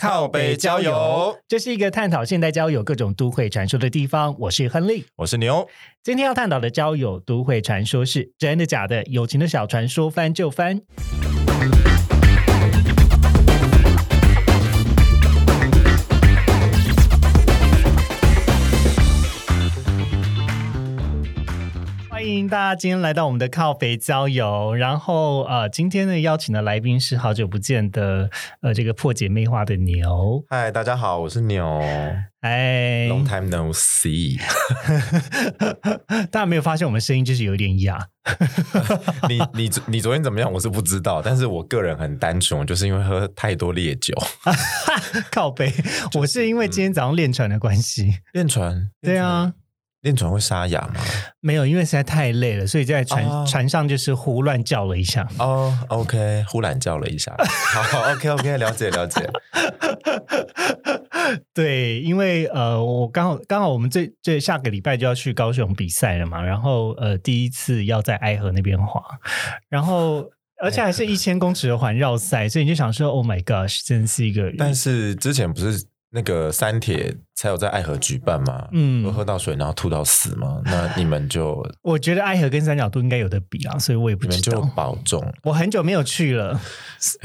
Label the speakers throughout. Speaker 1: 靠北交友，
Speaker 2: 这是一个探讨现代交友各种都会传说的地方。我是亨利，
Speaker 1: 我是牛，
Speaker 2: 今天要探讨的交友都会传说是真的假的，友情的小船说翻就翻。欢迎大家今天来到我们的靠北交友，然后呃，今天呢邀请的来宾是好久不见的呃这个破姐妹花的牛，
Speaker 1: 嗨，大家好，我是牛
Speaker 2: 哎，
Speaker 1: ，Long time no see，
Speaker 2: 大家没有发现我们声音就是有点哑，
Speaker 1: 你你你昨天怎么样？我是不知道，但是我个人很单纯，我就是因为喝太多烈酒，
Speaker 2: 靠背，我是因为今天早上练船的关系，
Speaker 1: 练船，
Speaker 2: 对啊，
Speaker 1: 练船，练船会沙哑吗？
Speaker 2: 没有，因为实在太累了，所以在船、
Speaker 1: 哦
Speaker 2: 船上就是胡乱叫了一下。
Speaker 1: 哦、o k 忽然叫了一下，好，OK OK，了解了解，
Speaker 2: 对，因为呃，我刚好刚好我们这这下个礼拜就要去高雄比赛了嘛，然后呃，第一次要在爱河那边滑，然后而且还是一千公尺的环绕赛，所以你就想说，Oh my gosh，真是一个
Speaker 1: 但是之前不是。那个三铁才有在爱河举办吗？
Speaker 2: 嗯
Speaker 1: 嗯，喝到水然后吐到死吗？那你们就
Speaker 2: 我觉得爱河跟三角都应该有的比啊，所以我也不
Speaker 1: 你们
Speaker 2: 知
Speaker 1: 就哎
Speaker 2: 道。
Speaker 1: 保重，
Speaker 2: 我很久没有去了，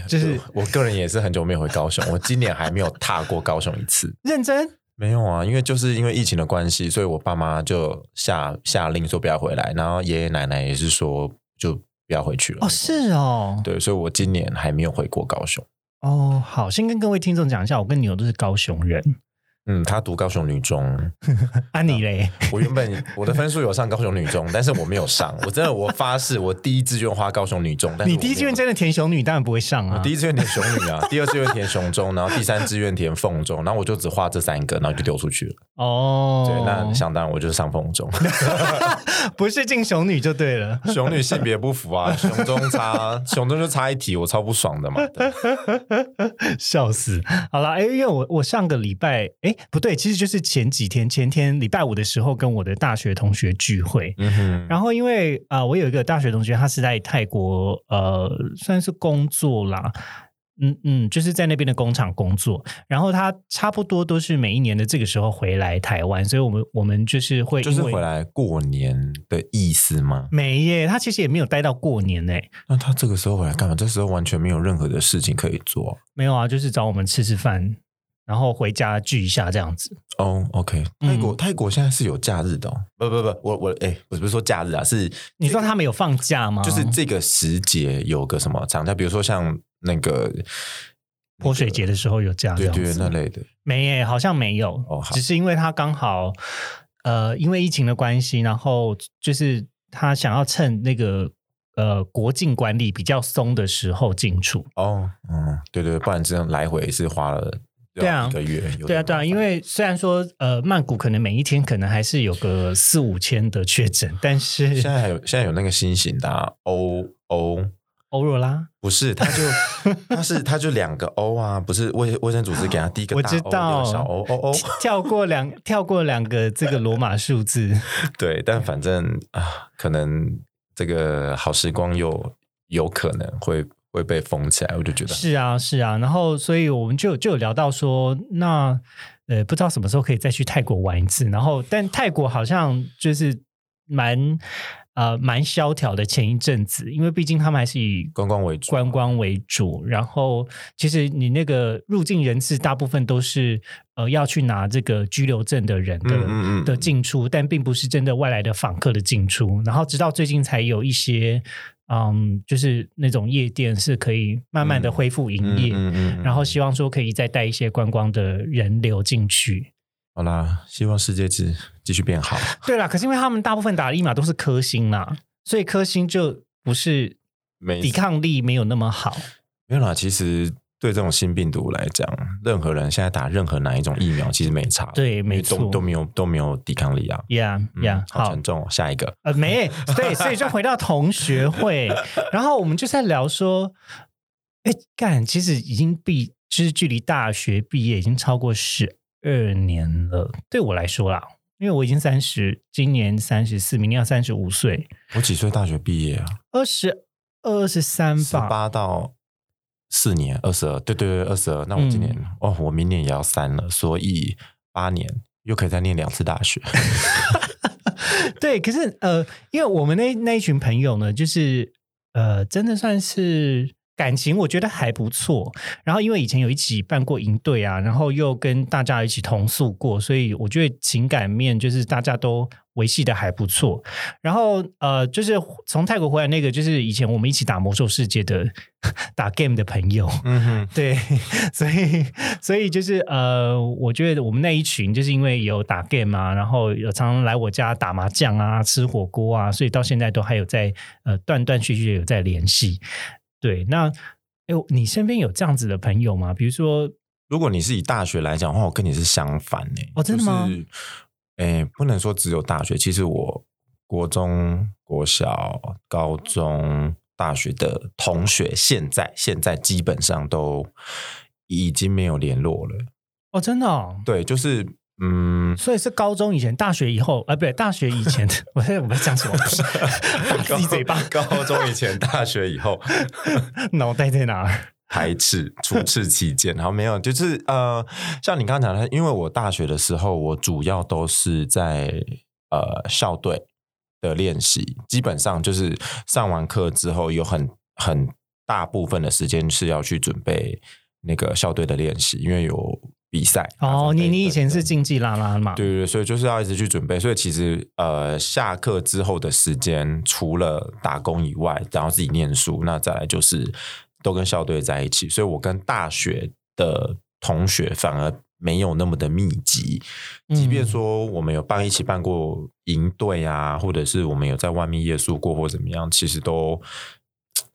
Speaker 2: 就是
Speaker 1: 我个人也是很久没有回高雄，我今年还没有踏过高雄一次。
Speaker 2: 认真
Speaker 1: 没有啊，因为就是因为疫情的关系，所以我爸妈就下下令说不要回来，然后爷爷奶奶也是说就不要回去了。
Speaker 2: 哦，是哦，
Speaker 1: 对，所以我今年还没有回过高雄。
Speaker 2: 哦，好，先跟各位听众讲一下，我跟牛都是高雄人，
Speaker 1: 嗯，他读高雄女中，
Speaker 2: 啊你嘞？
Speaker 1: 我 原本我的分数有上高雄女中，但是我没有上。我真的，我发誓，我第一志愿花高雄女中，但是
Speaker 2: 你
Speaker 1: 我
Speaker 2: 第一志愿
Speaker 1: 没有
Speaker 2: 真的填雄女，当然不会上
Speaker 1: 我
Speaker 2: 啊
Speaker 1: 第。一志愿填雄女啊，第二志愿填雄中，然后第三志愿填凤中，然后我就只画这三个，然后就丢出去了。
Speaker 2: 哦，
Speaker 1: 对，那想当然我就是上凤中。
Speaker 2: 不是进雄女就对了。
Speaker 1: 雄女性别不符 啊，雄中差，雄中就差一题，我超不爽 的嘛。对
Speaker 2: 笑死！好了，哎，因为我我上个礼拜，哎，不对，其实就是前几天，前天礼拜五的时候，跟我的大学同学聚会。
Speaker 1: 嗯哼，
Speaker 2: 然后，因为啊、呃我有一个大学同学，他是在泰国，呃，算是工作啦，嗯嗯，就是在那边的工厂工作。然后他差不多都是每一年的这个时候回来台湾，所以我们我们就是会
Speaker 1: 就是
Speaker 2: 因为
Speaker 1: 回来过年的意思吗？
Speaker 2: 没耶，他其实也没有待到过年呢，
Speaker 1: 那他这个时候回来干嘛？这时候完全没有任何的事情可以做。
Speaker 2: 没有啊，就是找我们吃吃饭，然后回家聚一下这样子。
Speaker 1: 哦、o k
Speaker 2: 嗯
Speaker 1: 泰国、泰国现在是有假日的、哦，不不不，我我哎、我不是说假日啊，是
Speaker 2: 你说他们有放假吗？
Speaker 1: 就是这个时节有个什么长假，比如说像那个
Speaker 2: 泼水节的时候有假这
Speaker 1: 对
Speaker 2: 样子，
Speaker 1: 对那类的，
Speaker 2: 没耶，好像没有。
Speaker 1: 哦好
Speaker 2: 只是因为他刚好呃，因为疫情的关系，然后就是他想要趁那个呃国境管理比较松的时候进出。
Speaker 1: 哦，嗯，对对，不然这样来回是花了
Speaker 2: 对啊
Speaker 1: 一个月，有点
Speaker 2: 对啊，对
Speaker 1: 麻
Speaker 2: 啊，
Speaker 1: 烦
Speaker 2: 因为虽然说呃，曼谷可能每一天可能还是有个四五千的确诊，但
Speaker 1: 现
Speaker 2: 是
Speaker 1: 在还有现在有那个新型的、啊、O O，
Speaker 2: 欧若拉
Speaker 1: 不是，他 就他是他就两个 O 啊，不是卫卫生组织给他第一个
Speaker 2: 我
Speaker 1: 大
Speaker 2: 知
Speaker 1: O，
Speaker 2: 道
Speaker 1: 第二个小 O O O，
Speaker 2: 跳过两跳过两个这个罗马数字，
Speaker 1: 对，但反正啊，可能这个好时光又有可能会会被封起来，我就觉得
Speaker 2: 是啊是啊，然后所以我们就就有聊到说，那呃不知道什么时候可以再去泰国玩一次，然后但泰国好像就是蛮呃蛮萧条的前一阵子，因为毕竟他们还是以
Speaker 1: 观光为主，啊
Speaker 2: 观光为主，然后其实你那个入境人次大部分都是呃要去拿这个居留证的人的
Speaker 1: 嗯嗯嗯
Speaker 2: 的进出，但并不是真的外来的访客的进出。然后直到最近才有一些，嗯，就是那种夜店是可以慢慢的恢复营业，
Speaker 1: 嗯
Speaker 2: 然后希望说可以再带一些观光的人流进去。
Speaker 1: 好啦，希望世界继继续变好。
Speaker 2: 对啦，可是因为他们大部分打的一码都是科星啦，所以科星就不是
Speaker 1: 没啊
Speaker 2: 抵抗力没有那么好。
Speaker 1: 没有啦，其实对这种新病毒来讲，任何人现在打任何哪一种疫苗其实没差，
Speaker 2: 对，
Speaker 1: 因为
Speaker 2: 没
Speaker 1: 都
Speaker 2: 错
Speaker 1: 都没有都没有抵抗力啊。
Speaker 2: ，Yeah
Speaker 1: 嗯
Speaker 2: Yeah，、
Speaker 1: 好
Speaker 2: 好
Speaker 1: 沉，重、哦。下一个，
Speaker 2: 呃，没，对，所以就回到同学会，然后我们就在聊说，哎，干，其实已经毕，就是距离大学毕业已经超过十二年了，对我来说啦，因为我已经三十，今年三十四，明年要三十五岁，
Speaker 1: 我几岁大学毕业啊？
Speaker 2: 二十二十三
Speaker 1: 十
Speaker 2: 吧，
Speaker 1: 八到四年，二十二，对对对，二十二。那我今年、
Speaker 2: 嗯
Speaker 1: 哦，我明年也要三了，所以八年又可以再念两次大学。
Speaker 2: 对，可是呃，因为我们那那一群朋友呢，就是呃，真的算是感情，我觉得还不错。然后因为以前有一起办过营队啊，然后又跟大家一起同宿过，所以我觉得情感面就是大家都维系的还不错。然后呃，就是从泰国回来那个，就是以前我们一起打魔兽世界的 打 game 的朋友，
Speaker 1: 嗯哼，
Speaker 2: 对，所以所以就是呃，我觉得我们那一群就是因为有打 game 啊，然后有常常来我家打麻将啊、吃火锅啊，所以到现在都还有在呃断断续续地有在联系。对，那哎，你身边有这样子的朋友吗？比如说，
Speaker 1: 如果你是以大学来讲的话，我跟你是相反呢、
Speaker 2: 哦真的吗
Speaker 1: 就是？哎、不能说只有大学，其实我国中、国小、高中、大学的同学，现在现在基本上都已经没有联络了。
Speaker 2: 哦，真的、哦，
Speaker 1: 对，就是嗯，
Speaker 2: 所以是高中以前、大学以后，啊，不对，大学以前的， 我在我在讲什么？ 打自己嘴巴，
Speaker 1: 高高中以前，大学以后
Speaker 2: 脑袋在哪儿？
Speaker 1: 排斥、除斥期间，然后没有，就是呃，像你刚刚讲的，因为我大学的时候，我主要都是在呃校队的练习，基本上就是上完课之后，有很很大部分的时间是要去准备那个校队的练习，因为有比赛。
Speaker 2: 哦，你你以前是
Speaker 1: 进。
Speaker 2: 竞技啦啦嘛？
Speaker 1: 对对对，所以就是要一直去准备。所以其实呃，下课之后的时间，除了打工以外，然后自己念书，那再来就是都跟校队在一起。所以我跟大学的同学反而没有那么的密集。
Speaker 2: 嗯
Speaker 1: 即便说我们有办一起办过营队啊，或者是我们有在外面夜宿过或怎么样，其实都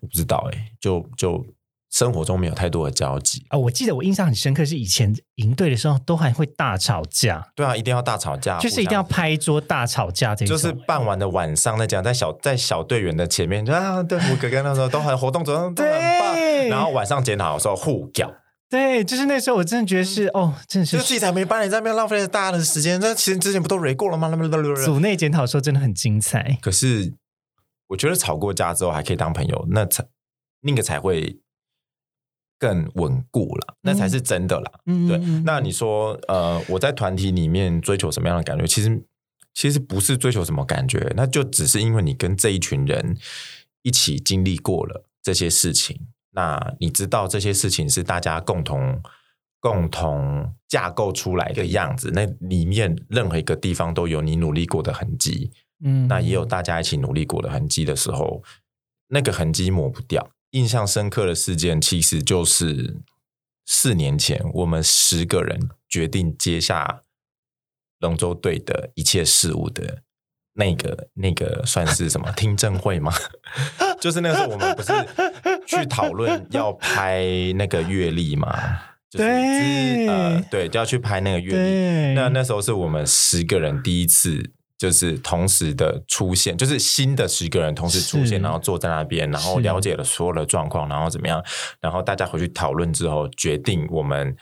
Speaker 1: 我不知道哎、就就生活中没有太多的交集。
Speaker 2: 啊、我记得我印象很深刻，是以前营队的时候都还会大吵架，
Speaker 1: 对啊，一定要大吵架，
Speaker 2: 就是
Speaker 1: 互
Speaker 2: 一定
Speaker 1: 相
Speaker 2: 要拍桌大吵架这一种。
Speaker 1: 就是办完的晚上再讲，在小在小队员的前面，就啊，对我哥哥那时候都很活动，怎么 都很棒。
Speaker 2: 对
Speaker 1: 然后晚上检讨的时候互屌，
Speaker 2: 对，就是那时候我真的觉得是哦，真的
Speaker 1: 嗯就是自己才没班，你在那边浪费了大家的时间。那其实之前不都雷过了吗？
Speaker 2: 组内检讨的时候真的很精彩。
Speaker 1: 可是我觉得吵过架之后还可以当朋友，那才那个才会更稳固了，那才是真的啦。
Speaker 2: 嗯，
Speaker 1: 对，那你说，呃，我在团体里面追求什么样的感觉？其实，其实不是追求什么感觉，那就只是因为你跟这一群人一起经历过了这些事情，那你知道这些事情是大家共同共同架构出来的样子，那里面任何一个地方都有你努力过的痕迹，
Speaker 2: 嗯
Speaker 1: 那也有大家一起努力过的痕迹的时候，那个痕迹抹不掉。印象深刻的事件其实就是四年前，我们十个人决定接下龙舟队的一切事务的那个那个算是什么听证会吗？ 就是那个时候我们不是 去讨论要拍那个阅历吗？就是
Speaker 2: 对
Speaker 1: 之呃，对，就要去拍那个阅历。
Speaker 2: 对，
Speaker 1: 那那时候是我们十个人第一次，就是同时的出现，就是新的十个人同时出
Speaker 2: 是
Speaker 1: 现，然后坐在那边，然后
Speaker 2: 是
Speaker 1: 了解了所有的状况，然后怎么样，然后大家回去讨论之后，决定我们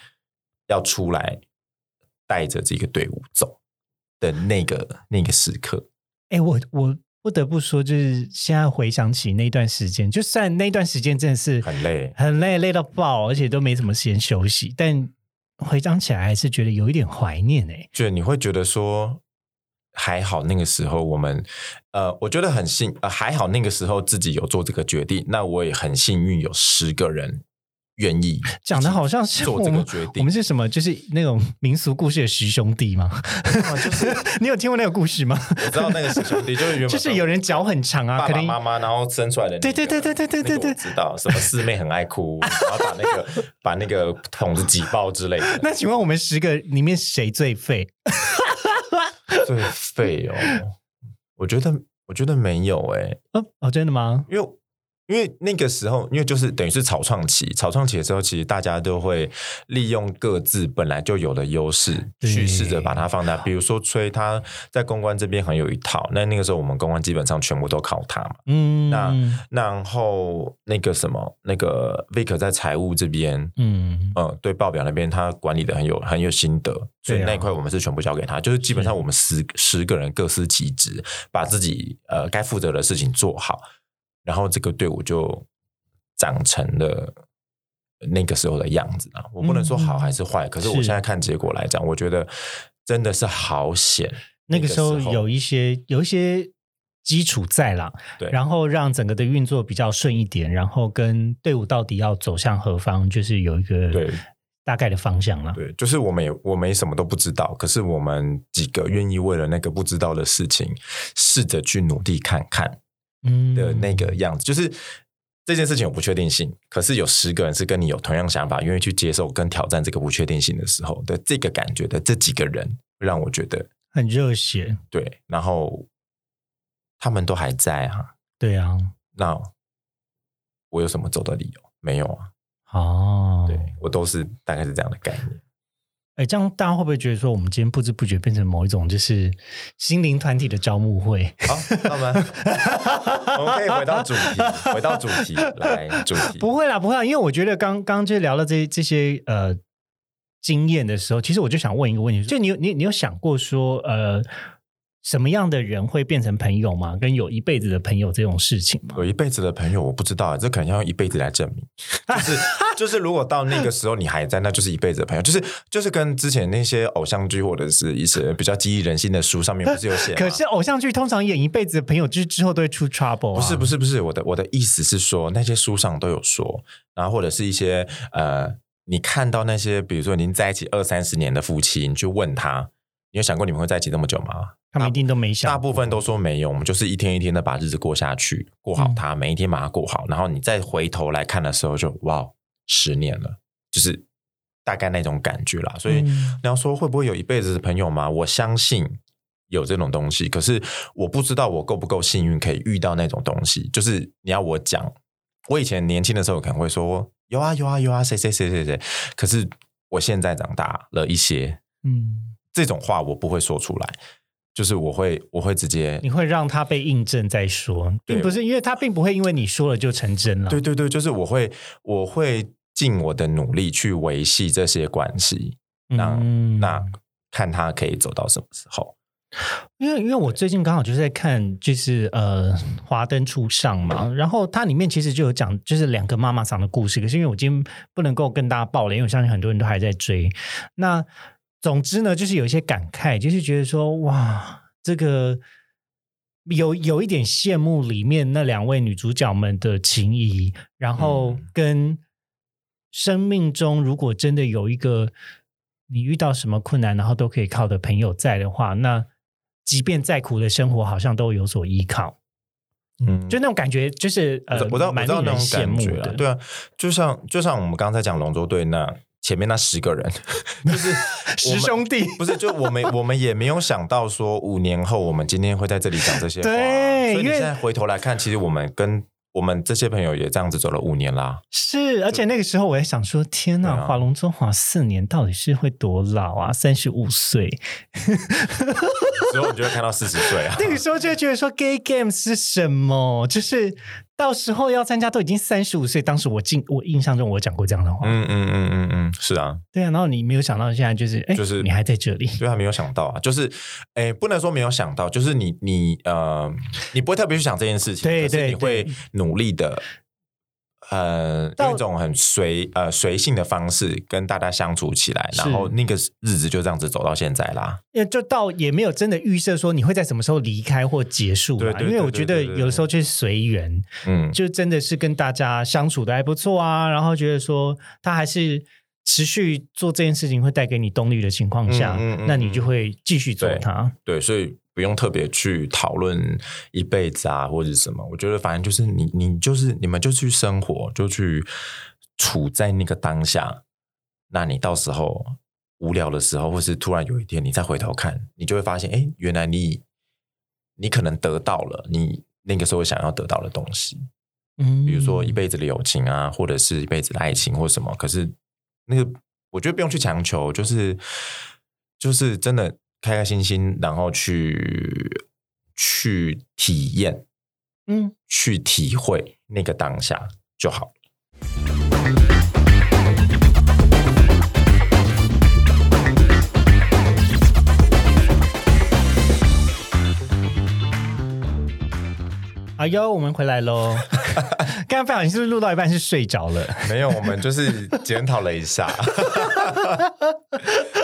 Speaker 1: 要出来带着这个队伍走的那个那个时刻。
Speaker 2: 哎、我我不得不说，就是现在回想起那段时间，就算那段时间真的是
Speaker 1: 很累
Speaker 2: 很累，累到爆，而且都没什么时间休息，但回想起来还是觉得有一点怀念哎、
Speaker 1: 就你会觉得说。还好那个时候我们，呃，我觉得很幸，呃，还好那个时候自己有做这个决定，那我也很幸运有十个人愿意
Speaker 2: 讲的好像是
Speaker 1: 做
Speaker 2: 我
Speaker 1: 这个
Speaker 2: 们
Speaker 1: 决定。
Speaker 2: 我们是什么？就是那种民俗故事的十兄弟吗？ 哦
Speaker 1: 就是
Speaker 2: 你有听过那个故事吗？
Speaker 1: 我知道那个是 兄弟，就是原本
Speaker 2: 就是有人脚很长啊，
Speaker 1: 爸
Speaker 2: 可
Speaker 1: 爸
Speaker 2: 能
Speaker 1: 妈妈，然后生出来的那个、
Speaker 2: 对对对对对对对
Speaker 1: 那个我知道什么四妹很爱哭，然后把 那个把那个桶子挤爆之类的，
Speaker 2: 那请问我们十个里面谁最废？
Speaker 1: 最废哦。我觉得我觉得没有哎、
Speaker 2: 哦哦，真的吗？
Speaker 1: 因为因为那个时候，因为就是等于是草创期，草创期的时候，其实大家都会利用各自本来就有的优势，
Speaker 2: 对
Speaker 1: 去试着把它放大。比如说崔他在公关这边很有一套，那那个时候我们公关基本上全部都靠他嘛。
Speaker 2: 嗯，
Speaker 1: 那然后那个什么，那个 Vic 在财务这边，
Speaker 2: 嗯，
Speaker 1: 嗯，对报表那边他管理的很有很有心得，所以
Speaker 2: 对啊
Speaker 1: 那一块我们是全部交给他，就是基本上我们十十个人各司其职，把自己呃该负责的事情做好，然后这个队伍就长成了那个时候的样子啊。我不能说好还是坏，可是
Speaker 2: 嗯
Speaker 1: 我
Speaker 2: 是
Speaker 1: 现在看结果来讲，我觉得真的是好险。
Speaker 2: 那个时候
Speaker 1: 那个时候
Speaker 2: 有一些有一些基础在啦，
Speaker 1: 对，
Speaker 2: 然后让整个的运作比较顺一点，然后跟队伍到底要走向何方，就是有一个
Speaker 1: 对
Speaker 2: 大概的方向了。
Speaker 1: 对，就是我们也我们也什么都不知道，可是我们几个愿意为了那个不知道的事情，试着去努力看看
Speaker 2: 嗯
Speaker 1: 的那个样子，就是。这件事情有不确定性，可是有十个人是跟你有同样想法，愿意去接受跟挑战这个不确定性的时候的这个感觉的这几个人，让我觉得
Speaker 2: 很热血，
Speaker 1: 对。然后他们都还在啊，
Speaker 2: 对啊，
Speaker 1: 那我有什么走的理由？没有啊，
Speaker 2: 哦，
Speaker 1: 对、我都是大概是这样的概念。
Speaker 2: 哎，这样大家会不会觉得说，我们今天不知不觉变成某一种就是心灵团体的招募会？
Speaker 1: 好，那我 们我们可以回到主 题，回到主题来主题。
Speaker 2: 不会啦，不会啦，因为我觉得刚刚就聊到这这些呃经验的时候，其实我就想问一个问题，就你有你你有想过说呃什么样的人会变成朋友吗？跟有一辈子的朋友这种事情吗？
Speaker 1: 有一辈子的朋友，我不知道，这可能要用一辈子来证明。就是 就是，如果到那个时候你还在，那就是一辈子的朋友。就是就是跟之前那些偶像剧或者是一些比较激励人心的书上面不是有写吗？
Speaker 2: 可是偶像剧通常演一辈子的朋友，之之后都会出 trouble、啊。
Speaker 1: 不是不是不是，我的我的意思是说，那些书上都有说，然后或者是一些呃，你看到那些比如说您在一起二三十年的夫妻，你去问他，你有想过你们会在一起这么久吗？
Speaker 2: 他们一定都没想
Speaker 1: 大部分都说没有，我们就是一天一天的把日子过下去，过好它，每一天把它过好，然后你再回头来看的时候就，哇，十年了，就是大概那种感觉啦。所以、
Speaker 2: 嗯
Speaker 1: 你要说会不会有一辈子的朋友吗？我相信有这种东西，可是我不知道我够不够幸运可以遇到那种东西。就是你要我讲，我以前年轻的时候可能会说有啊有啊有啊，谁谁谁谁谁，可是我现在长大了一些，
Speaker 2: 嗯，
Speaker 1: 这种话我不会说出来，就是我会我会直接
Speaker 2: 你会让他被印证再说，
Speaker 1: 对
Speaker 2: 并不是因为他并不会因为你说了就成真了。
Speaker 1: 对对对，就是我会我会尽我的努力去维系这些关系，那
Speaker 2: 嗯
Speaker 1: 那看他可以走到什么时候。
Speaker 2: 因为因为我最近刚好就是在看，就是呃《华灯初上》嘛，
Speaker 1: 嗯
Speaker 2: 然后它里面其实就有讲，就是两个妈妈桑的故事。可是因为我今天不能够跟大家爆雷，因为我相信很多人都还在追。那总之呢，就是有一些感慨，就是觉得说，哇，这个有有一点羡慕里面那两位女主角们的情谊，然后
Speaker 1: 嗯
Speaker 2: 跟生命中如果真的有一个你遇到什么困难，然后都可以靠的朋友在的话，那即便再苦的生活，好像都有所依靠，
Speaker 1: 嗯，
Speaker 2: 就那种感觉，就是呃，
Speaker 1: 我知道我
Speaker 2: 蛮
Speaker 1: 知道
Speaker 2: 令
Speaker 1: 那
Speaker 2: 人
Speaker 1: 种
Speaker 2: 羡
Speaker 1: 感
Speaker 2: 慕
Speaker 1: 觉
Speaker 2: 的
Speaker 1: 了。，对啊，就像就像我们刚才讲龙舟队那前面那十个人， 就是我
Speaker 2: 十
Speaker 1: 们
Speaker 2: 兄弟，
Speaker 1: 不是，就我们我们也没有想到说五年后我们今天会在这里讲这些话啊。
Speaker 2: 对
Speaker 1: 所
Speaker 2: 因
Speaker 1: 以你
Speaker 2: 为
Speaker 1: 现在回头来看，其实我们跟我们这些朋友也这样子走了五年啦。
Speaker 2: 是，而且那个时候我也想说，天呐，
Speaker 1: 对啊
Speaker 2: 划龙舟划四年到底是会多老啊？三十五 岁，
Speaker 1: 所以我们就会看到四十岁啊。
Speaker 2: 那个时候就会觉得说，gay game 是什么？就是到时候要参加都已经三十五岁，当时我进我印象中我讲过这样的话，
Speaker 1: 嗯嗯嗯嗯嗯，是啊，
Speaker 2: 对啊，然后你没有想到现在就是，哎，
Speaker 1: 就是
Speaker 2: 你还在这里，
Speaker 1: 对啊，没有想到啊，就是，哎，不能说没有想到，就是你你呃，你不会特别去想这件事情，
Speaker 2: 对
Speaker 1: 可是
Speaker 2: 对
Speaker 1: 你会
Speaker 2: 对
Speaker 1: 努力的，呃，
Speaker 2: 到
Speaker 1: 用一种很随呃随性的方式跟大家相处起来，
Speaker 2: 是
Speaker 1: 然后那个日子就这样子走到现在啦。
Speaker 2: 也就到也没有真的预设说你会在什么时候离开或结束
Speaker 1: 对
Speaker 2: 嘛，
Speaker 1: 对
Speaker 2: 因为
Speaker 1: 对
Speaker 2: 我
Speaker 1: 对
Speaker 2: 觉得
Speaker 1: 对对
Speaker 2: 有的时候就是随缘，
Speaker 1: 嗯，
Speaker 2: 就真的是跟大家相处的还不错啊，然后觉得说他还是持续做这件事情会带给你动力的情况下，
Speaker 1: 嗯嗯嗯
Speaker 2: 那你就会继续做它。
Speaker 1: 对，所以不用特别去讨论一辈子啊或者什么，我觉得反正就是你你就是你们就去生活，就去处在那个当下。那你到时候无聊的时候，或是突然有一天你再回头看，你就会发现，哎，原来你你可能得到了你那个时候想要得到的东西。
Speaker 2: 嗯
Speaker 1: 比如说一辈子的友情啊，或者是一辈子的爱情或什么。可是那个，我觉得不用去强求，就是就是真的开开心心，然后去去体验、
Speaker 2: 嗯，
Speaker 1: 去体会那个当下就好了。
Speaker 2: 哎呦，我们回来 喽。刚刚范老师是不是录到一半是睡着了？
Speaker 1: 没有，我们就是检讨了一 下，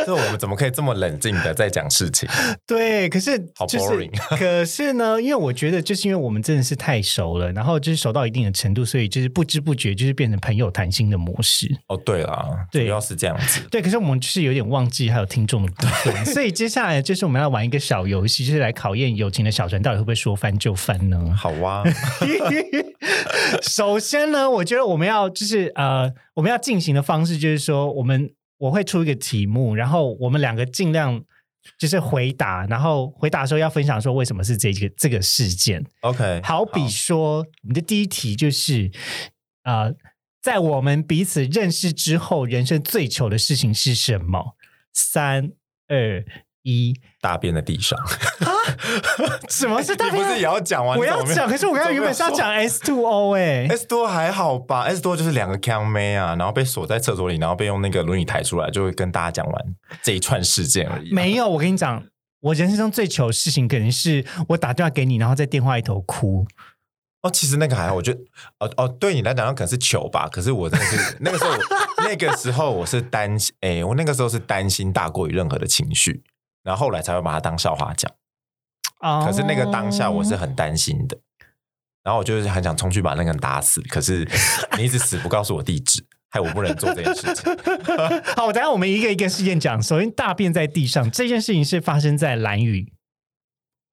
Speaker 1: 这我们怎么可以这么冷静的在讲事情？
Speaker 2: 对，可是
Speaker 1: 好
Speaker 2: 就是
Speaker 1: boring
Speaker 2: 可是呢，因为我觉得就是因为我们真的是太熟了，然后就是熟到一定的程度，所以就是不知不觉就是变成朋友谈心的模式。
Speaker 1: 哦，对啦，
Speaker 2: 对
Speaker 1: 主要是这样子。
Speaker 2: 对，可是我们就是有点忘记还有听众的部分，所以接下来就是我们要玩一个小游戏，就是来考验友情的小船到底会不会说翻就翻 呢？
Speaker 1: 好啊哇、
Speaker 2: 首先呢，我觉得我们要就是呃，我们要进行的方式就是说，我们我会出一个题目，然后我们两个尽量就是回答，然后回答的时候要分享说为什么是这个这个事件。
Speaker 1: o k
Speaker 2: 好比说，我们的第一题就是呃，在我们彼此认识之后，人生最糗的事情是什么？三二一，
Speaker 1: 大便的地上，
Speaker 2: 什么是大
Speaker 1: 你不是也要讲完？
Speaker 2: 我要讲，可是我刚刚原本是要讲 S two O 哎、
Speaker 1: S 多还好吧，S 多就是两个 c a m 妹啊，然后被锁在厕所里，然后被用那个轮椅抬出来，就会跟大家讲完这一串事件而已、啊
Speaker 2: 没有，我跟你讲，我人生中最糗的事情，可能是我打电话给你，然后在电话里头哭。
Speaker 1: 哦，其实那个还好，我觉得哦哦，对你来讲可能是糗吧，可是我真的是那个时候我，那个时候我是担心，哎、我那个时候是担心大过于任何的情绪，然后后来才会把它当笑话讲。
Speaker 2: 哦
Speaker 1: 可是那个当下我是很担心的，然后我就是很想冲去把那个人打死，可是你一直死不告诉我地址，害我不能做这件事情。
Speaker 2: 好，等一下我们一个一个事件讲。首先，大便在地上这件事情是发生在蓝雨，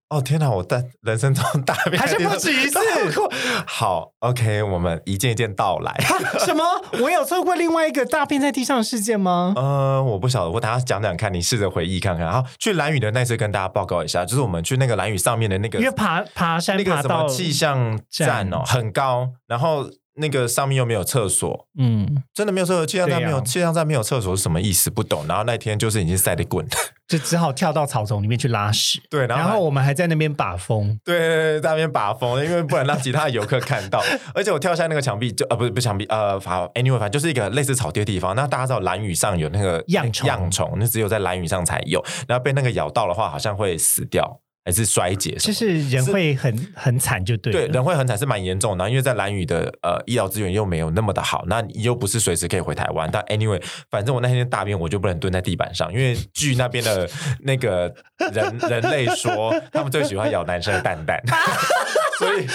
Speaker 1: 哦天哪，我大人生中 大便
Speaker 2: 还是不止一次
Speaker 1: 好，OK，我们一件一件道来。
Speaker 2: 什么？我有错过另外一个大便在地上的事件吗？
Speaker 1: 呃，我不晓得，我等下讲讲看，你试着回忆看看。然后去蓝屿的那次跟大家报告一下，就是我们去那个蓝屿上面的那个
Speaker 2: 因为爬爬山
Speaker 1: 那个
Speaker 2: 爬
Speaker 1: 什
Speaker 2: 到
Speaker 1: 么气象站哦，很高，然后那个上面又没有厕所，
Speaker 2: 嗯，
Speaker 1: 真的没有厕所，气象站
Speaker 2: 对啊
Speaker 1: 没有、气象站没有厕所是什么意思？不懂。然后那天就是已经晒得滚，
Speaker 2: 就只好跳到草丛里面去拉屎。
Speaker 1: 对，然后
Speaker 2: 然后我们还在那边把风，
Speaker 1: 对对对，在那边把风，因为不能让其他的游客看 到。而且我跳下那个墙壁，就呃不是不是墙壁，呃好，anyway，反正就是一个类似草地的地方。那大家知道蓝屿上有那个
Speaker 2: 恙虫
Speaker 1: 恙虫，那只有在蓝屿上才有。然后被那个咬到的话，好像会死掉还是衰竭什
Speaker 2: 就
Speaker 1: 么。
Speaker 2: 是人
Speaker 1: 是
Speaker 2: 会很很惨，就对
Speaker 1: 对，
Speaker 2: 了。
Speaker 1: 人会很惨，是蛮严重的。然后因为在蓝屿的呃医疗资源又没有那么的好，那你又不是随时可以回台湾。但 anyway，反正我那天大便我就不能蹲在地板上，因为据那边的那个人人类说，他们最喜欢咬男生的蛋蛋，所以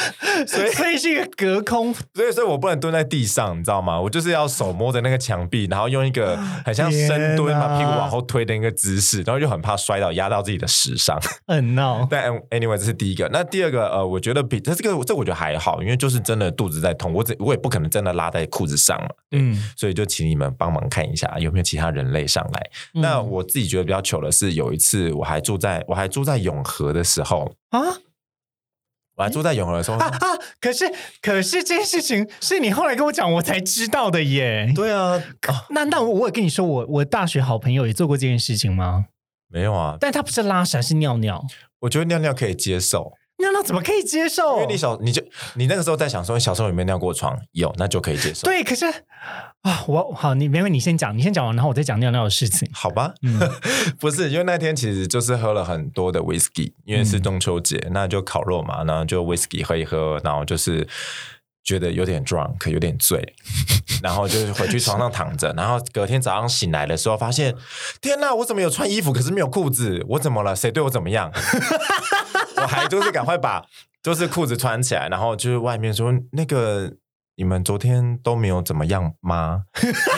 Speaker 2: 所 以所以是一个隔空
Speaker 1: 所以，所以我不能蹲在地上，你知道吗？我就是要手摸着那个墙壁，然后用一个很像深蹲，
Speaker 2: 天哪
Speaker 1: 把屁股往后推的一个姿势，然后又很怕摔倒，压到自己的时尚。
Speaker 2: 嗯闹。
Speaker 1: 但 anyway，这是第一个。那第二个，呃，我觉得比这这个这我觉得还好，因为就是真的肚子在痛，我只我也不可能真的拉在裤子上嘛，
Speaker 2: 嗯，
Speaker 1: 所以就请你们帮忙看一下有没有其他人类上来。那
Speaker 2: 嗯
Speaker 1: 我自己觉得比较糗的是，有一次我还住在我还住在永和的时候，
Speaker 2: 啊，
Speaker 1: 我还住在永和的时候。
Speaker 2: 啊啊！可是可是这件事情是你后来跟我讲，我才知道的耶。
Speaker 1: 对啊，啊
Speaker 2: 那那我有跟你说，我我大学好朋友也做过这件事情吗？
Speaker 1: 没有啊，
Speaker 2: 但他不是拉屎，是尿尿。
Speaker 1: 我觉得尿尿可以接受，
Speaker 2: 尿尿怎么可以接
Speaker 1: 因
Speaker 2: 受
Speaker 1: 为？你小你就你那个时候在想说，你小时候有没有尿过床？有，那就可以接受，
Speaker 2: 对，可是啊，我好，你没问你先讲，你先讲完，然后我再讲尿尿的事 情。
Speaker 1: 好吧？
Speaker 2: 嗯
Speaker 1: 不是，因为那天其实就是喝了很多的 whisky，因为是中秋节，那就烤肉嘛，然后就 whisky 喝一喝，然后就是觉得有点 drunk，有点醉， 然后就是回去床上躺着，然后隔天早上醒来的时候，发现天哪，我怎么有穿衣服，可是没有裤子？我怎么了？谁对我怎么样？ 我还就是赶快把就是裤子穿起来，然后就是外面说那个。你们昨天都没有怎么样吗？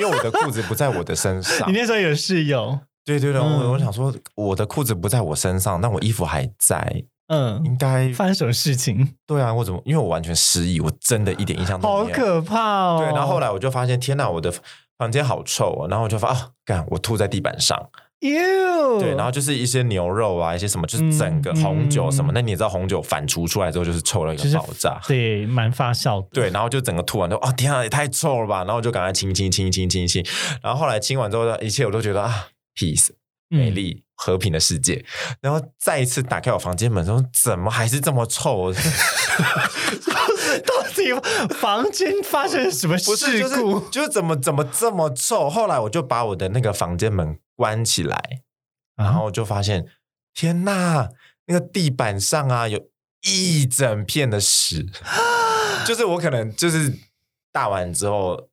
Speaker 1: 因为我的裤子不在我的身上。
Speaker 2: 你那时候有室友，
Speaker 1: 对对对，我、
Speaker 2: 嗯
Speaker 1: 我想说，我的裤子不在我身上，但我衣服还在，
Speaker 2: 嗯，
Speaker 1: 应该
Speaker 2: 发生什么事情？
Speaker 1: 对啊？我怎么？因为我完全失忆，我真的一点印象都没有。
Speaker 2: 好可怕哦！
Speaker 1: 对，然后后来我就发现，天哪，我的房间好臭、哦！然后我就发，啊，干，我吐在地板上，
Speaker 2: 哟，
Speaker 1: 对，然后就是一些牛肉啊，一些什么，就是整个
Speaker 2: 嗯
Speaker 1: 红酒什么。
Speaker 2: 嗯
Speaker 1: 那你也知道，红酒反刍出来之后就是臭了一
Speaker 2: 就是
Speaker 1: 个爆炸。
Speaker 2: 对，蛮发 酵的，
Speaker 1: 对，然后就整个吐完之后，哦天啊，也太臭了吧！然后我就赶快清清清清清清，然后后来清完之后，一切我都觉得啊，peace
Speaker 2: 嗯
Speaker 1: 美丽和平的世界。然后再一次打开我房间门，说怎么还是这么 臭？
Speaker 2: 到底房间发生了什么
Speaker 1: 不是
Speaker 2: 事
Speaker 1: 就是
Speaker 2: 故？啊
Speaker 1: 就是怎么怎么这么臭？后来我就把我的那个房间门关起来，
Speaker 2: 啊
Speaker 1: 然后就发现天呐，那个地板上啊有一整片 的屎，就是我可能就是大完之后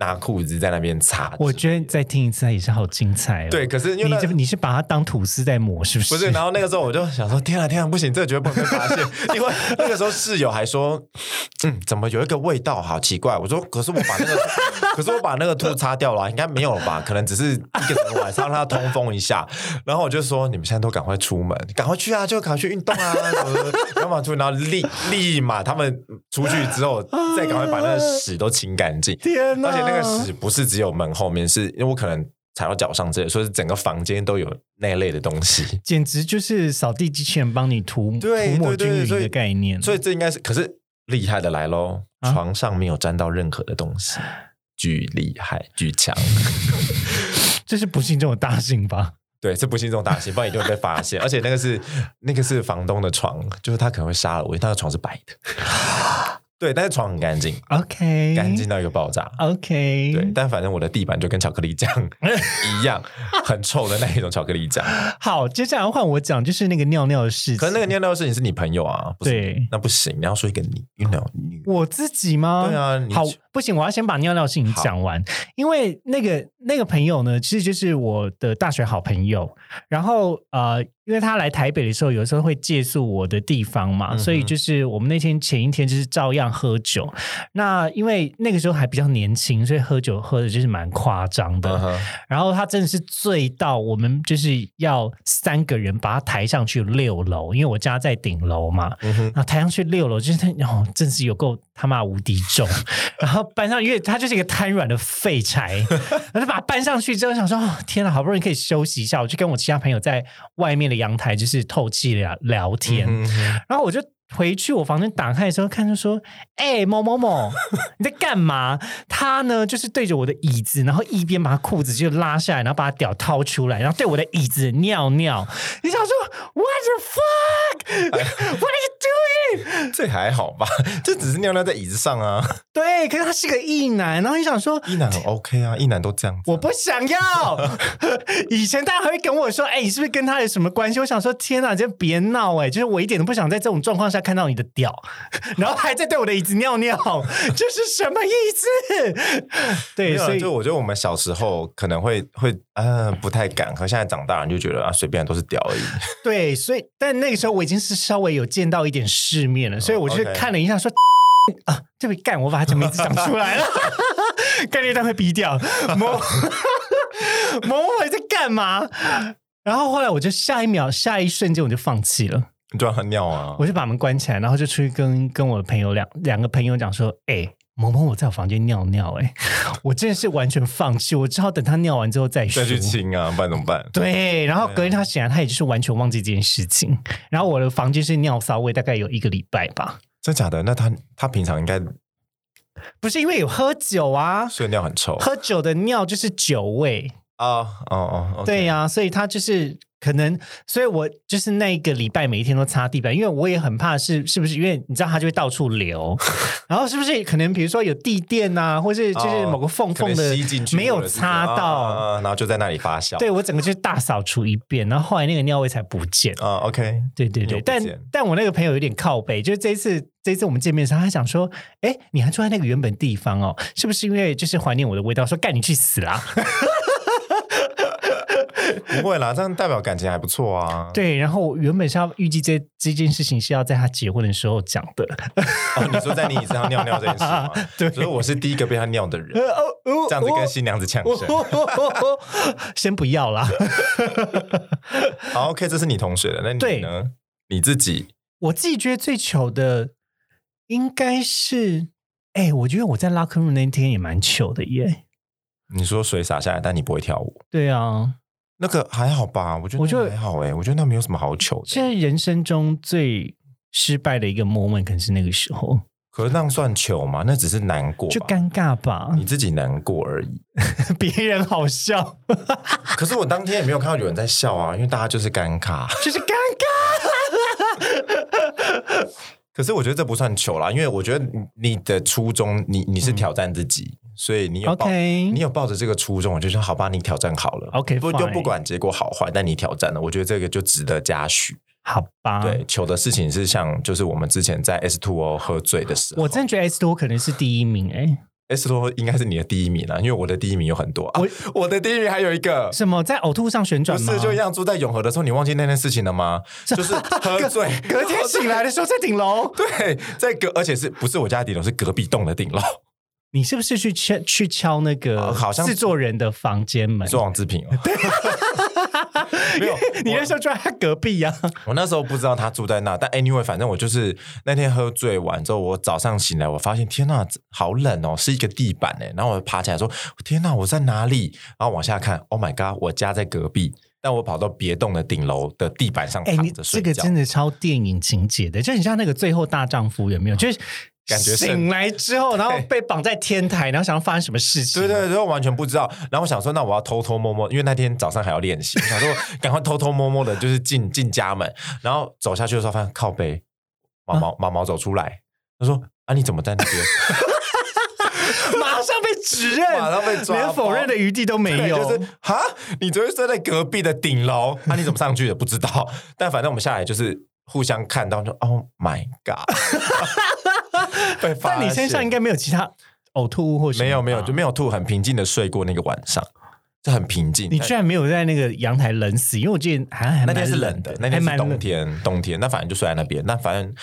Speaker 1: 拿裤子在那边擦。
Speaker 2: 我觉得再听一次也是好精彩哦。
Speaker 1: 对，，可是因为
Speaker 2: 你
Speaker 1: 那
Speaker 2: 这你是把它当吐司在抹，是不是？
Speaker 1: 不是，然后那个时候我就想说，天啊天啊，不行，这个绝对不能被发 现，因为那个时候室友还说，嗯，怎么有一个味道，好奇怪。我说，可是我把那个， 可是我把那个兔擦掉了，应该没有了吧？可能只是一个整个晚上让它通风一下。然后我就说，你们现在都赶快出门，赶快去啊，就赶快去运动啊， 什么的赶快出门，然后立立马他们出去之后，再赶快把那个屎都清干净。
Speaker 2: 天哪！
Speaker 1: 而且那个屎不是只有门后面，是因为我可能踩到脚上之类，所以是整个房间都有那类的东西。
Speaker 2: 简直就是扫地机器人帮你涂涂
Speaker 1: 对
Speaker 2: 抹
Speaker 1: 对对
Speaker 2: 均匀
Speaker 1: 所
Speaker 2: 的
Speaker 1: 以
Speaker 2: 概念。
Speaker 1: 所以这应该是，可是厉害的来喽，
Speaker 2: 嗯啊
Speaker 1: 床上没有沾到任何的 东西，巨厉害，巨 强。
Speaker 2: 这是不幸中的大幸吧？
Speaker 1: 对，这不幸中大幸，不然一定会被发 现。而且那个是那个是房东的床，就是他可能会杀了我，因为他的床是白的。 对，但是床很干净，
Speaker 2: OK，
Speaker 1: 干净到一个爆炸。
Speaker 2: OK，
Speaker 1: 对，但反正我的地板就跟巧克力酱 一样，很臭的那一种巧克力酱。
Speaker 2: 好，接下来换我讲，就是那个尿尿的事情。
Speaker 1: 可是那个尿尿的事情是你朋友啊，不是你
Speaker 2: 对
Speaker 1: 那不行，你要说一个你，you know，你
Speaker 2: 我自己吗？
Speaker 1: 对啊你
Speaker 2: 好，不行，我要先把尿尿的事情讲完，因为那个那个朋友呢，其实就是我的大学好朋友，然后呃，因为他来台北的时候，有时候会借宿我的地方嘛，
Speaker 1: 嗯哼
Speaker 2: 所以就是我们那天前一天就是照样喝酒，那因为那个时候还比较年轻，所以喝酒喝的就是蛮夸张的，
Speaker 1: 嗯哼
Speaker 2: 然后他真的是醉到我们就是要三个人把他抬上去六楼，因为我家在顶楼嘛，
Speaker 1: 嗯哼
Speaker 2: 然后抬上去六楼，就是他哦，真是有够他妈无敌重。然后搬上，因为他就是一个瘫软的废柴，然后就把他搬上去之后，想说、哦、天哪，好不容易可以休息一下，我就跟我其他朋友在外面的阳台就是透气聊聊天，
Speaker 1: 嗯哼
Speaker 2: 然后我就回去我房间打开的时候，看就说：“哎、某某某，你在干嘛？”他呢，就是对着我的椅子，然后一边把裤子就拉下来，然后把屌掏出来，然后对我的椅子尿尿。你想说 What the fuck? What are you doing？
Speaker 1: 这还好吧？这只是尿尿在椅子上啊。
Speaker 2: 对，可是他是个异男，然后你想说。
Speaker 1: 一男很 OK 啊，一男都这样子啊、
Speaker 2: 我不想要。 以前大家还会跟我说：“哎、你是不是跟他有什么关系？”我想说：“天哪，你真别闹！”哎，就是我一点都不想在这种状况下看到你的屌， 然后还在对我的椅子尿尿， 这是什么意思？
Speaker 1: 没
Speaker 2: 对，
Speaker 1: 有啊
Speaker 2: 所以
Speaker 1: 就我觉得我们小时候可能会会呃不太敢，可现在长大了你就觉得啊随便都是屌而已。
Speaker 2: 对，所以但那个时候我已经是稍微有见到一点世面了，所以我就
Speaker 1: 哦 OK
Speaker 2: 看了一下说。啊，这个干，我把他这名字讲出来了， 概念蛋会逼掉。某 某某在干嘛？然后后来我就下一秒、下一瞬间我就放弃了，
Speaker 1: 你就让他尿 啊，
Speaker 2: 我就把门关起来，然后就出去跟跟我的朋友两两个朋友讲说，哎、某某我在我房间尿尿、欸，哎， 我真的是完全放弃，我只好等他尿完之后再说。
Speaker 1: 再去亲啊，不然怎么办？
Speaker 2: 对，然后
Speaker 1: 对啊
Speaker 2: 隔天他醒来，他也就是完全忘记这件事情。然后我的房间是尿骚味，大概有一个礼拜吧。
Speaker 1: 真假的？那他他平常应该
Speaker 2: 不是因为有喝酒啊，
Speaker 1: 睡尿很 臭
Speaker 2: 喝酒的尿就是酒味。
Speaker 1: 啊哦哦，OK
Speaker 2: 对、呀、所以他就是可能，所以我就是那一个礼拜每一天都擦地板，因为我也很怕是是不是，因为你知道它就会到处流， 然后是不是可能比如说有地垫啊，或是就是某个缝缝
Speaker 1: 哦可能
Speaker 2: 的
Speaker 1: 吸进去
Speaker 2: 没有
Speaker 1: 或者是
Speaker 2: 擦
Speaker 1: 啊啊啊
Speaker 2: 到，
Speaker 1: 啊然后就在那里发酵。
Speaker 2: 对我整个就是大扫除一遍，然后后来那个尿味才不见。
Speaker 1: 啊，OK，
Speaker 2: 对对
Speaker 1: 有
Speaker 2: 对，
Speaker 1: 不
Speaker 2: 但
Speaker 1: 见
Speaker 2: 但我那个朋友有点靠背，就是这一次这一次我们见面的时候，他想说，哎，你还住在那个原本地方哦，是不是因为就是怀念我的味道？说干你去死 啦！
Speaker 1: 不会啦，这样代表感情还不错啊。
Speaker 2: 对，然后我原本是要预计这这件事情是要在他结婚的时候讲 的，？
Speaker 1: 哦，你说在你椅子上尿尿这件事 吗
Speaker 2: 对
Speaker 1: 所以我是第一个被他尿的人，
Speaker 2: 呃 哦
Speaker 1: 这样子跟新娘子呛声。
Speaker 2: 先不要啦。
Speaker 1: 好，OK，这是你同学的，那
Speaker 2: 对
Speaker 1: 你呢？你自己
Speaker 2: 我自己觉得最糗的应该是，哎，我觉得我在拉克路那天也蛮糗的耶。
Speaker 1: 你说水洒下来，但你不会跳舞，
Speaker 2: 对啊，
Speaker 1: 那个还好吧？我觉得
Speaker 2: 我觉
Speaker 1: 那
Speaker 2: 得
Speaker 1: 个还好哎、我觉得那没有什么好糗
Speaker 2: 现
Speaker 1: 的。
Speaker 2: 在人生中最失败的一个 moment，可能是那个时候，
Speaker 1: 可是那样算糗吗？那只是难过吧，
Speaker 2: 就尴尬吧，
Speaker 1: 你自己难过而已。
Speaker 2: 别人好笑，
Speaker 1: 可是我当天也没有看到有人在笑啊，因为大家就是尴尬。
Speaker 2: 就是尴尬。
Speaker 1: 可是我觉得这不算糗啦，因为我觉得你的初衷，你你是挑战自己，所以你有
Speaker 2: 嗯
Speaker 1: 抱
Speaker 2: OK
Speaker 1: 你有抱着这个初衷，我就说好吧，你挑战好了
Speaker 2: OK，
Speaker 1: 不就
Speaker 2: fine
Speaker 1: 不管结果好坏，但你挑战了，我觉得这个就值得嘉许。
Speaker 2: 好吧，
Speaker 1: 对，，糗的事情是像就是我们之前在 S Two O 喝醉的时候，
Speaker 2: 我真的觉得 S 多可能是第一名哎、
Speaker 1: S Two O 应该是你的第一名啊啦，因为我的第一名有很多啊，我的第一名还有一个。
Speaker 2: 什么在呕吐上旋
Speaker 1: 不
Speaker 2: 转吗？
Speaker 1: 是，就像住在永和的时候，你忘记那件事情了吗？就是喝醉，
Speaker 2: 隔天醒来的时候在顶楼。
Speaker 1: 对，在隔，而且是不是我家的顶楼，是隔壁栋的顶楼，
Speaker 2: 你是不是去敲去敲那个
Speaker 1: 呃好像
Speaker 2: 制作人的房间门？
Speaker 1: 做王志平哦。 没有，
Speaker 2: 你那时候就在他隔壁 呀、啊。
Speaker 1: 我那时候不知道他住在那，但 anyway，反正我就是那天喝醉完之后，我早上醒来，我发现天呐，好冷哦，是一个地板哎。然后我爬起来说，天呐，我在哪里？然后往下看，Oh my god，我家在隔壁，但我跑到别栋的顶楼的地板上
Speaker 2: 哎、
Speaker 1: 躺
Speaker 2: 你
Speaker 1: 着
Speaker 2: 这
Speaker 1: 睡
Speaker 2: 个
Speaker 1: 觉。
Speaker 2: 真的超电影情节的，就很像那个《最后大丈夫》，有没有？就是
Speaker 1: 啊感觉是
Speaker 2: 醒来之后，然后被绑在天台，然后想要发生什么事情？
Speaker 1: 对对对，我完全不知道。然后我想说，那我要偷偷摸摸，因为那天早上还要练习，我想说赶快偷偷摸摸的，就是进进家门，然后走下去的时候发现靠背毛
Speaker 2: 啊
Speaker 1: 毛毛毛走出来，他说啊你怎么在那边？
Speaker 2: 马上被指认，
Speaker 1: 马上被抓包
Speaker 2: 连否认的余地都没有。
Speaker 1: 对就是哈，你昨天睡在隔壁的顶楼，啊你怎么上去的？不知道。 但反正我们下来就是互相看到，就 Oh my God！被发
Speaker 2: 但你身上
Speaker 1: 现
Speaker 2: 应该没有其他呕吐物或什么吧
Speaker 1: 没有没有就没有吐，很平静的睡过那个晚上，这很平静。
Speaker 2: 你
Speaker 1: 但
Speaker 2: 居然没有在那个阳台冷死，因为我记得好像还
Speaker 1: 那
Speaker 2: 蛮
Speaker 1: 天是冷
Speaker 2: 冷
Speaker 1: 的，那
Speaker 2: 还
Speaker 1: 天
Speaker 2: 蛮
Speaker 1: 是
Speaker 2: 冷
Speaker 1: 冬天，冬天。那反正就睡在那边，那反正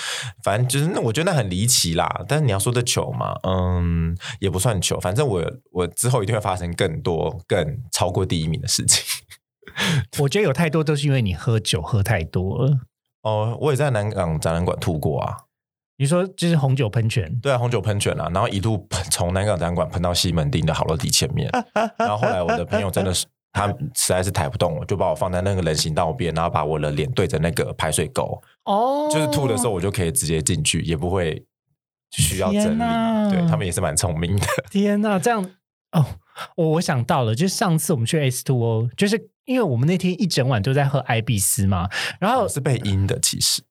Speaker 1: 反正就是，那我觉得那很离奇啦。但是你要说这糗嘛，嗯，也不算糗。反正我我之后一定会发生更多更超过第一名的事情。
Speaker 2: 我觉得有太多都是因为你喝酒喝太多了。
Speaker 1: 哦，我也在南港展览馆吐过啊，
Speaker 2: 你说就是红酒喷泉，
Speaker 1: 对啊，红酒喷泉啊，然后一路喷从南港展览馆喷到西门町的好乐迪前 面，然后后来我的朋友真的是。他实在是抬不动我，就把我放在那个人行道边，然后把我的脸对着那个排水沟，
Speaker 2: 哦
Speaker 1: 就是吐的时候，我就可以直接进去，也不会需要整
Speaker 2: 天哪
Speaker 1: 理。对他们也是蛮聪明的。
Speaker 2: 天哪，这样哦，我我想到了，就是上次我们去 S Two O，就是因为我们那天一整晚都在喝艾必斯嘛，然后
Speaker 1: 我是被阴的，其实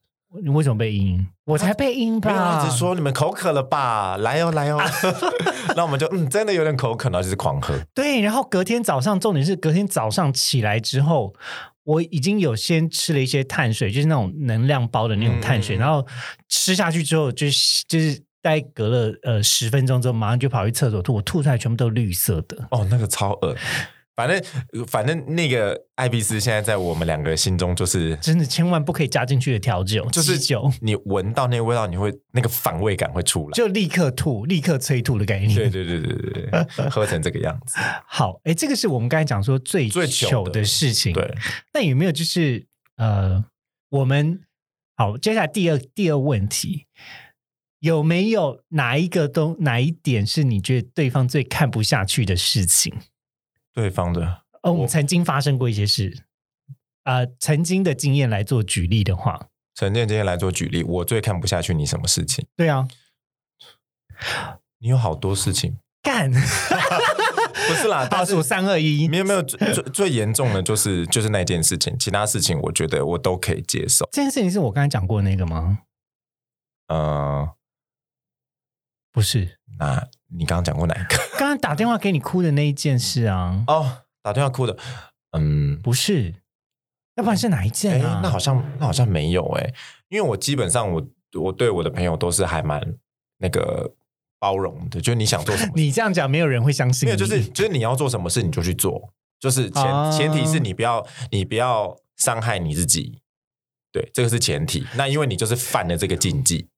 Speaker 2: 你为什么被阴？我才被阴
Speaker 1: 没有
Speaker 2: 吧？
Speaker 1: 他一直说你们口渴了吧？来哦， 来哦。 那我们就嗯，真的有点口渴，然后就是狂喝。
Speaker 2: 对，然后隔天早上，重点是隔天早上起来之后，我已经有先吃了一些碳水，就是那种能量包的那种碳水，
Speaker 1: 嗯
Speaker 2: 然后吃下去之后，就是就是大概隔了呃十分钟之后，马上就跑去厕所吐，我吐出来全部都绿色的。
Speaker 1: 哦，那个超恶。反正反正那个艾比斯现在在我们两个心中就是
Speaker 2: 真的千万不可以加进去的调酒，
Speaker 1: 就是
Speaker 2: 基酒，
Speaker 1: 你闻到那个味道，你会那个反胃感会出来。
Speaker 2: 就立刻吐，立刻催吐的概念。
Speaker 1: 对对对对对对，喝成这个样子。
Speaker 2: 好，哎，这个是我们刚才讲说最
Speaker 1: 最糗
Speaker 2: 糗
Speaker 1: 的
Speaker 2: 的事情。
Speaker 1: 对，
Speaker 2: 那有没有就是呃，我们好，接下来第二第二问题，有没有哪一个东哪一点是你觉得对方最看不下去的事情？
Speaker 1: 对方的
Speaker 2: 哦，我们
Speaker 1: 我
Speaker 2: 曾经发生过一些事，呃，曾经的经验来做举例的话，
Speaker 1: 陈建今天来做举例，我最看不下去你什么事情？
Speaker 2: 对啊，
Speaker 1: 你有好多事情，
Speaker 2: 干，
Speaker 1: 不是啦，
Speaker 2: 倒
Speaker 1: 但是
Speaker 2: 数三二一
Speaker 1: 没，有没有最最最严重的就是就是那件事情，其他事情我觉得我都可以接受。
Speaker 2: 这件事情是我刚才讲过的那个吗？
Speaker 1: 呃，
Speaker 2: 不是，
Speaker 1: 那你刚刚讲过哪一个？
Speaker 2: 刚刚打电话给你哭的那一件事啊，
Speaker 1: 哦， 打电话哭的，嗯，
Speaker 2: 不是，要不然是哪一
Speaker 1: 哎、
Speaker 2: 件啊？
Speaker 1: 那好像那好像没有哎、因为我基本上我我对我的朋友都是还蛮那个包容的，就是你想做什
Speaker 2: ，
Speaker 1: 么
Speaker 2: 你这样讲，没有人会相信
Speaker 1: 没
Speaker 2: 你。
Speaker 1: 有就是就是你要做什么事你就去做，就是前、
Speaker 2: 啊
Speaker 1: 前提是你不要你不要伤害你自己，对，这个是前提。那因为你就是犯了这个禁忌，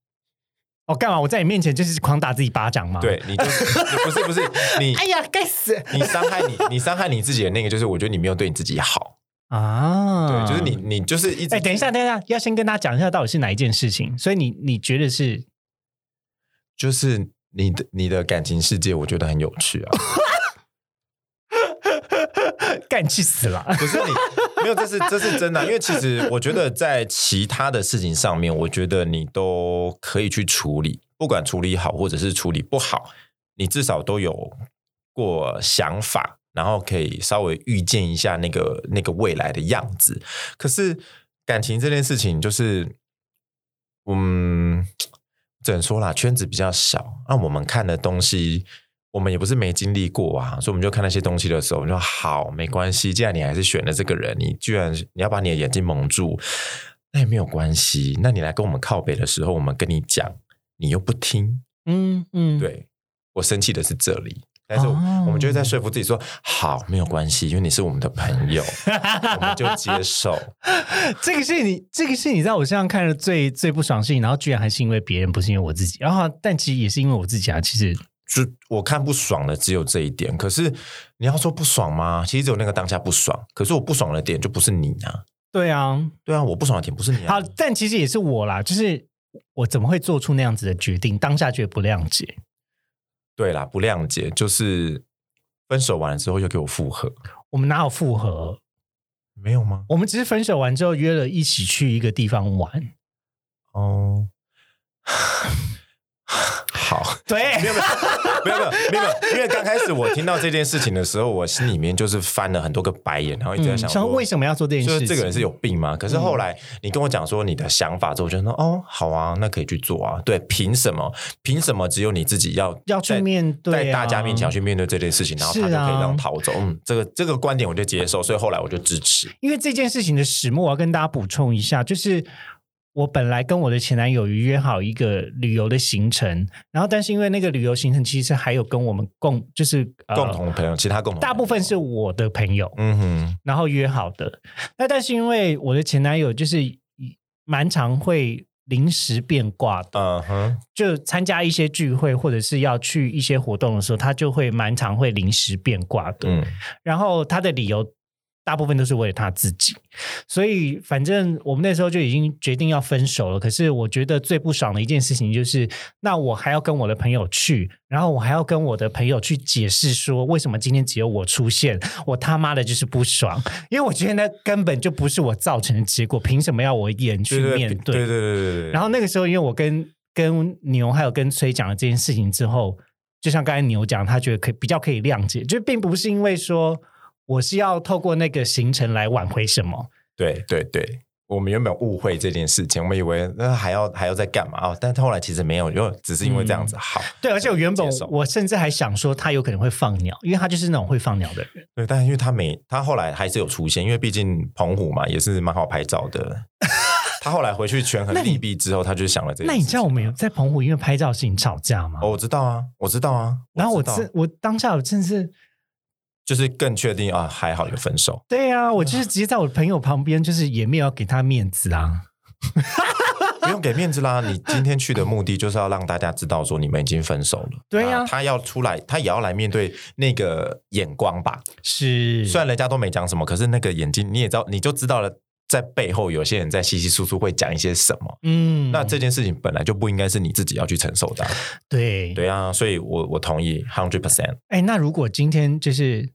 Speaker 2: 哦，干嘛？我在你面前就是狂打自己巴掌吗？，
Speaker 1: 对你就是你不是不是你
Speaker 2: 啊 哎呀，该死
Speaker 1: 你伤害你你伤害你自己的那个，就是我觉得你没有对你自己好，对，
Speaker 2: 啊！
Speaker 1: 就是你。你就是一直
Speaker 2: 哎，等一下，等一下，要先跟大家讲一下到底是哪一件事情。所以你你觉得 是
Speaker 1: 就是你的你的感情世界，我觉得很有趣啊。
Speaker 2: 干你去死啦！
Speaker 1: 可是你没有，这是这是真的啊、因为其实我觉得在其他的事情上面，我觉得你都可以去处理，不管处理好或者是处理不好，你至少都有过想法，然后可以稍微预见一下那个那个未来的样子。可是感情这件事情，就是嗯，怎么说啦？圈子比较小，那我们看的东西，我们也不是没经历过啊，所以我们就看那些东西的时候，我们说好，没关系，既然你还是选了这个人，你居然你要把你的眼睛蒙住，那也没有关系。那你来跟我们靠北的时候，我们跟你讲，你又不听，
Speaker 2: 嗯嗯，，
Speaker 1: 对我生气的是这里。但是我
Speaker 2: 哦
Speaker 1: 我们就会在说服自己说，好，没有关系，因为你是我们的朋 友，我们就接受。
Speaker 2: 这个是你，这个是你在我身上看的最最不爽的事情，然后居然还是因为别人，不是因为我自己，然后但其实也是因为我自己啊，其实
Speaker 1: 就我看不爽的只有这一点，可是你要说不爽吗？其实只有那个当下不爽，可是我不爽的点就不是你啊，
Speaker 2: 对啊，
Speaker 1: 对啊，我不爽的点不是你啊
Speaker 2: 好，，但其实也是我啦，就是我怎么会做出那样子的决定？当下觉得不谅解，
Speaker 1: 对啦，不谅解就是分手完了之后又给我复合，
Speaker 2: 我们哪有复合？
Speaker 1: 没有吗？
Speaker 2: 我们只是分手完之后约了一起去一个地方玩，
Speaker 1: 哦， 好，
Speaker 2: 对，
Speaker 1: 没有没有没有没有，因为刚开始我听到这件事情的时候，我心里面就是翻了很多个白眼，然后一直
Speaker 2: 嗯，
Speaker 1: 在哎啊想
Speaker 2: 想
Speaker 1: 说、
Speaker 2: 说为什么要做这件事
Speaker 1: 就
Speaker 2: 情？嗯
Speaker 1: 是这个人是有病吗？可是后来你跟我讲说你的想法之后，我就说哦，好啊，那可以去做啊。对，凭什么？凭什么只有你自己要
Speaker 2: 要去
Speaker 1: 在
Speaker 2: 面对啊
Speaker 1: 在大家面前要去面对这件事情，然后他
Speaker 2: 是
Speaker 1: 就可以
Speaker 2: 啊
Speaker 1: 让逃走？嗯，这个这个观点我就接受，所以后来我就支持。
Speaker 2: 因为这件事情的始末，我要跟大家补充一下，就是我本来跟我的前男友约好一个旅游的行程，然后但是因为那个旅游行程其实还有跟我们共，就是、呃
Speaker 1: 共同朋友，其他共同
Speaker 2: 大部分是我的朋友，
Speaker 1: 嗯哼，
Speaker 2: 然后约好的。那但是因为我的前男友就是蛮常会临时变卦的，
Speaker 1: 嗯哼，
Speaker 2: 就参加一些聚会或者是要去一些活动的时候，他就会蛮常会临时变卦的。
Speaker 1: 嗯
Speaker 2: 然后他的理由大部分都是为了他自己，所以反正我们那时候就已经决定要分手了。可是我觉得最不爽的一件事情就是，那我还要跟我的朋友去，然后我还要跟我的朋友去解释说为什么今天只有我出现，我他妈的就是不爽，因为我觉得那根本就不是我造成的结果，凭什么要我一人去
Speaker 1: 对对
Speaker 2: 面
Speaker 1: 对对对对对。
Speaker 2: 然后那个时候，因为我跟跟牛还有跟崔讲了这件事情之后，就像刚才牛讲，他觉得可以比较可以谅解，就并不是因为说我是要透过那个行程来挽回什么。
Speaker 1: 对对对，我们原本误会这件事情，我们以为那还要还要再干嘛哦？但后来其实没有，就只是因为这样
Speaker 2: 嗯
Speaker 1: 子好。
Speaker 2: 对，而且我原本
Speaker 1: 呃接受
Speaker 2: 我甚至还想说他有可能会放鸟，因为他就是那种会放鸟的人。
Speaker 1: 对，但因为他没，他后来还是有出现，因为毕竟澎湖嘛，也是蛮好拍照 的。他后来回去权衡
Speaker 2: 那你
Speaker 1: 利弊之后，他就想了这个。
Speaker 2: 那你知道我们有？在澎湖因为拍照的事情吵架吗？
Speaker 1: 哦，我知道啊，我知道啊。
Speaker 2: 然后我
Speaker 1: 知道
Speaker 2: 真我当下我真是
Speaker 1: 就是更确定啊，还好有分手。
Speaker 2: 对啊，我就是直接在我的朋友旁边，就是也没有要给他面子啊。
Speaker 1: 不用给面子啦，你今天去的目的就是要让大家知道说你们已经分手了。
Speaker 2: 对啊
Speaker 1: 那他要出来，他也要来面对那个眼光吧。
Speaker 2: 嗯是，
Speaker 1: 虽然人家都没讲什么，可是那个眼睛你也知道，你就知道了，在背后有些人在稀稀疏疏会讲一些什么。
Speaker 2: 嗯
Speaker 1: 那这件事情本来就不应该是你自己要去承受的啊、
Speaker 2: 对
Speaker 1: 对啊，所以我我同意 hundred percent。
Speaker 2: 哎，那如果今天就是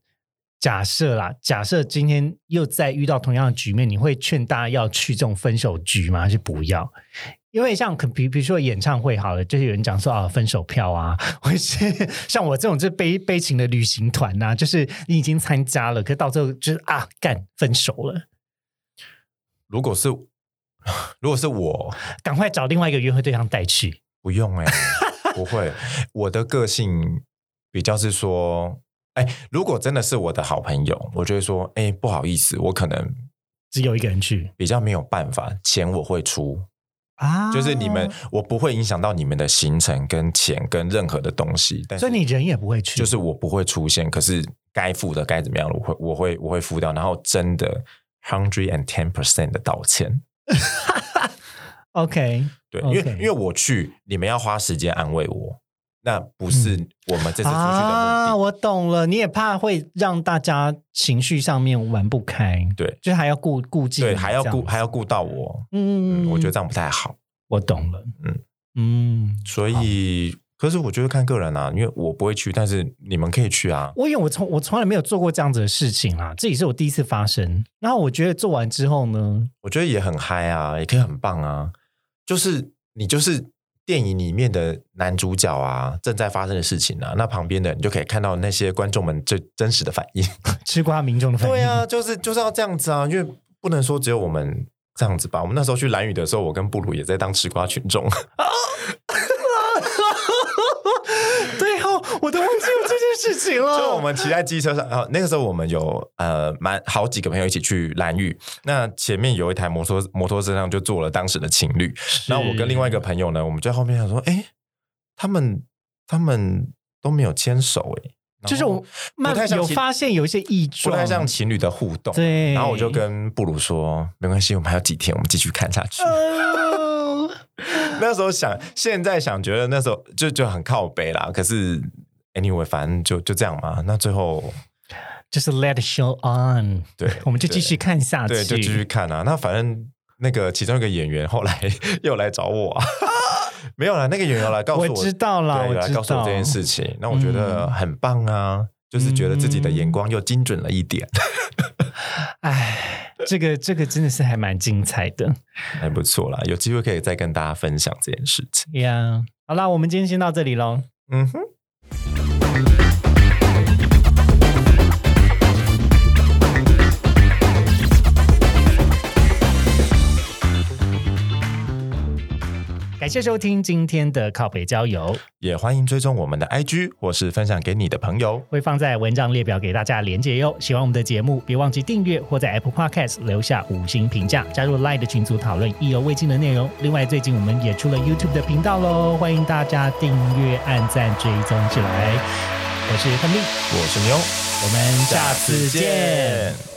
Speaker 2: 假设啦，假设今天又再遇到同样的局面，你会劝大家要去这种分手局吗？还是不要？因为像可比比如说演唱会好了，就是有人讲说啊分手票啊， 或是像我这种就是悲悲情的旅行团呐、就是你已经参加了，可到最后就是啊干分手了，
Speaker 1: 如果是 如果是我，
Speaker 2: 赶快找另外一个约会对象带去。
Speaker 1: 不用哎、不会，我的个性比较是说，哎、如果真的是我的好朋友，我就会说，哎、不好意思，我可能
Speaker 2: 只有一个人去
Speaker 1: 比较没有办法，钱我会出，
Speaker 2: 啊
Speaker 1: 就是你们，，我不会影响到你们的行程跟钱跟任何的东西，但是
Speaker 2: 啊所以你人也不会去，
Speaker 1: 就是我不会出现，可是该付的该怎么样，我会我会我会付掉，然后真的 hundred and ten percent 的道歉。
Speaker 2: OK，
Speaker 1: 对，因为
Speaker 2: OK
Speaker 1: 因为我去，你们要花时间安慰我，那不是我们这次出去的目的。
Speaker 2: 嗯啊，我懂了，你也怕会让大家情绪上面玩不开，
Speaker 1: 对
Speaker 2: 就是还要顾顾忌，
Speaker 1: 对，还要顾还要，顾到我，
Speaker 2: 嗯
Speaker 1: 嗯，我觉得这样不太好。
Speaker 2: 我懂了，嗯
Speaker 1: 嗯
Speaker 2: 嗯，
Speaker 1: 所以，可是我觉得看个人啊，因为我不会去，但是你们可以去啊。
Speaker 2: 我因为我从我从来没有做过这样子的事情啦，这也是我第一次发生。然后我觉得做完之后呢，
Speaker 1: 我觉得也很嗨啊，也可以很棒啊。就是你就是电影里面的男主角啊，正在发生的事情啊，那旁边的你就可以看到那些观众们最真实的反应。
Speaker 2: 吃瓜民 众的反应，
Speaker 1: 对啊，就是就是要这样子啊，因为不能说只有我们这样子吧。我们那时候去蓝雨的时候，我跟布鲁也在当吃瓜群 众。
Speaker 2: 对哦，我都忘记有这件事情了。
Speaker 1: 就我们骑在机车上，然后那个时候我们有呃蛮好几个朋友一起去蓝屿，那前面有一台摩托摩托车上就坐了当时的情侣，然后我跟另外一个朋友呢，我们就在后面想说，哎，他们他们都没有牵手哎、然后
Speaker 2: 就是我慢
Speaker 1: 不太像
Speaker 2: 有
Speaker 1: 情
Speaker 2: 发现有一些异
Speaker 1: 不
Speaker 2: 状，
Speaker 1: 太像情侣的互动，
Speaker 2: 对，
Speaker 1: 然后我就跟布鲁说，没关系，我们还有几天，我们继续看下 去。
Speaker 2: 呃。
Speaker 1: 那时候想，现在想觉得那时候就就很靠北啦，可是 anyway，反正就就这样嘛。那最后
Speaker 2: 就是 let it show on，
Speaker 1: 对，
Speaker 2: 我们就继续看下去。
Speaker 1: 对，就继续看啊。那反正那个其中一个演员后来 又来找我啊， 没有啦，那个演员有来告诉我，
Speaker 2: 我知道嗯啦
Speaker 1: 对有
Speaker 2: 我
Speaker 1: 来
Speaker 2: 知
Speaker 1: 告诉我
Speaker 2: 道
Speaker 1: 这件事情。那我觉得很棒啊，就是觉得自己的眼光又精准了一点，
Speaker 2: 哎，这个这个真的是还蛮精彩的
Speaker 1: 还不错啦。有机会可以再跟大家分享这件事情。
Speaker 2: 呀。Yeah 好啦，我们今天先到这里喽。
Speaker 1: 嗯哼，
Speaker 2: 感谢收听今天的靠北郊游，
Speaker 1: 也欢迎追踪我们的 IG 或是分享给你的朋友。
Speaker 2: 会放在文章列表给大家连接哟。喜欢我们的节目，别忘记订阅或在 Apple Podcast 留下五星评价，加入 Line 的群组讨论意犹未尽的内容。另外，最近我们也出了 YouTube 的频道喽，欢迎大家订阅、按赞、追踪起来。我是亨利，
Speaker 1: 我是妞，
Speaker 2: 我们下次见。